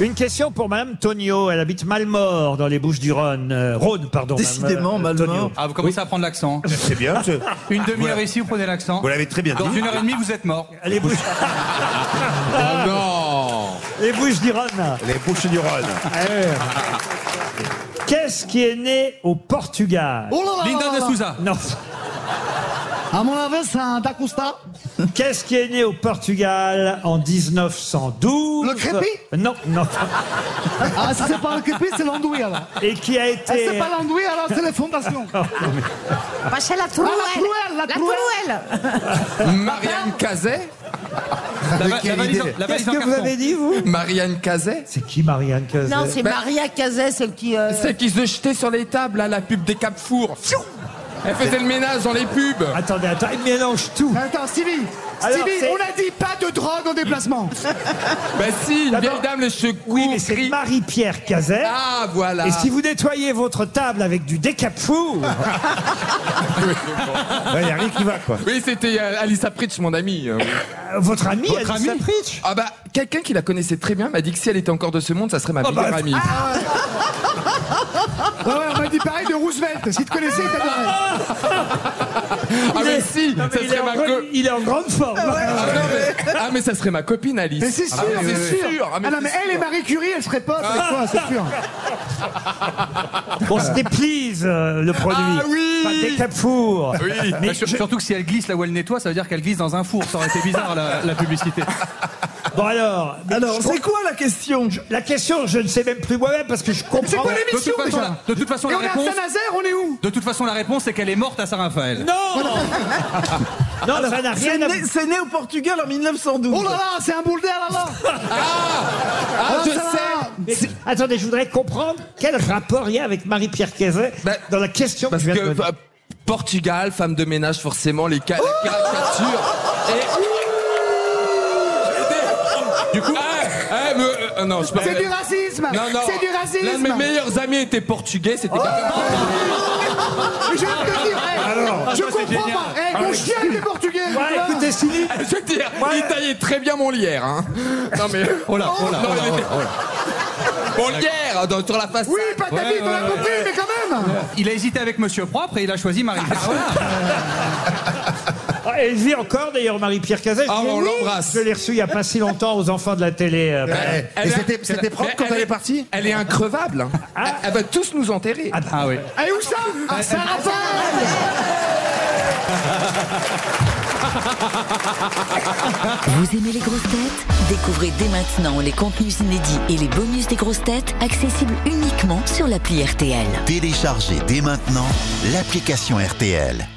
Une question pour Madame Tonio. Elle habite Malmort, dans les Bouches-du-Rhône. Euh, Rhône, pardon. madame, Décidément, euh, Malmort. Tonio. Ah, vous commencez à prendre l'accent. C'est bien. je- Une demi-heure Voilà. ici, vous prenez l'accent. Vous l'avez très bien Dans dit. une heure et demie, vous êtes mort. Les Bouches- Ah non Oh. les Bouches-du-Rhône. Les Bouches du Rhône. Qu'est-ce qui est né au Portugal Oh là là là Linda là de là. Souza. Non. À mon avis, c'est un Dacosta. Qu'est-ce qui est né au Portugal en 1912 Le crépi Non, non. Ah, si c'est pas le Képi, c'est l'Andoui, alors. Et qui a Ah, été c'est pas l'Andoui, alors c'est les fondations. Pas chez la Trouelle. Trouelle, la Marianne Cazet La, va- la valise, en- la valise Qu'est-ce en que vous carton. avez dit, vous Marianne Cazet C'est qui Marianne Cazet Non, c'est Ben- Maria Cazet, celle qui. euh, Celle qui se jetait sur les tables à la pub des Capfours. Fiou Elle faisait le ménage dans les pubs. Attendez, attendez, il mélange tout. Attends, Stevie. Alors, Stevie, c'est- on a dit pas de drogue en déplacement. Bah si, une D'abord- vieille dame, les cheveux Oui, courts, mais c'est gris. Marie-Pierre Cazet. Ah, voilà. Et si vous nettoyez votre table avec du décapfour, Il n'y a rien qui va, quoi. Oui, c'était euh, Alissa Pritch, mon amie. euh, oui. votre ami, Votre elle ami s'appriche. Ah bah, quelqu'un qui la connaissait très bien m'a dit que si elle était encore de ce monde, ça serait ma meilleure bah, amie. Ouais, ouais, on a dit pareil de Roosevelt. Si tu connaissais, t'as pareil. Ah mais est- si, Non, ça mais il, est serait en ma gre- co- il est en grande forme. Ah, non, mais... ah, mais ça serait ma copine, Alice. Mais c'est sûr, Ah, mais c'est c'est sûr. sûr. Ah, mais Ah non, c'est mais elle sûr. et Marie Curie, elles seraient potes avec toi, c'est sûr. On se déplise euh, le produit. Ah oui Enfin, décapfour. Oui. Mais Bah, sur- je- Surtout que si elle glisse là où elle nettoie, ça veut dire qu'elle glisse dans un four. Ça aurait été bizarre la, la publicité. Bon alors, mais Alors, je c'est com- quoi la question la question, je ne sais même plus moi-même parce que je C'est comprends. quoi De toute l'émission, façon, déjà la, de toute façon, Et la on est à réponse. Saint-Nazaire, on est où De toute façon, la réponse, c'est qu'elle est morte à Saint-Raphaël. Non, non, ça n'a C'est rien à né, c'est né au Portugal en 1912. Oh là là, c'est un boule d'air là-là Ah, je ça va. sais. Mais attendez, je voudrais comprendre quel rapport il y a avec Marie-Pierre Cazet Bah, dans la question que Parce je viens de que poser. bah, Portugal, femme de ménage, forcément, les, ca- Oh les caricatures. Et... Du coup, ah, ah, mais, euh, euh, non, je peux C'est du racisme Non, non. C'est du L'un de racisme Oh mes meilleurs amis était portugais, c'était Mais Je vais te dire, hey, ça, je c'est comprends génial. pas hey, Mon chien il est portugais Ouais, voilà. écoutez, Sylvie, Je veux dire, il taillait très bien mon lierre. Hein. Non mais. Oh là, oh là, Non, oh là, il oh était- là, oh là. Mon lierre dans, sur la face. Oui, pas ta Ouais, bite, on a ouais, compris, mais quand même Il a hésité avec Monsieur Propre et il a choisi Marie. Ah, voilà. ah, elle vit encore d'ailleurs Marie-Pierre Cazet. Je Ah, l'ai- on l'embrasse. Je l'ai reçue il n'y a pas si longtemps aux enfants de la télé. euh, Et Elle est- c'était- c'était propre quand elle est partie Elle est increvable. hein. Elle, elle va tous nous enterrer. Ah oui. Allez, où ça Ah, À Saint-Raphaël Vous aimez les grosses têtes Découvrez dès maintenant les contenus inédits et les bonus des grosses têtes accessibles uniquement sur l'appli RTL. Téléchargez dès maintenant l'application RTL.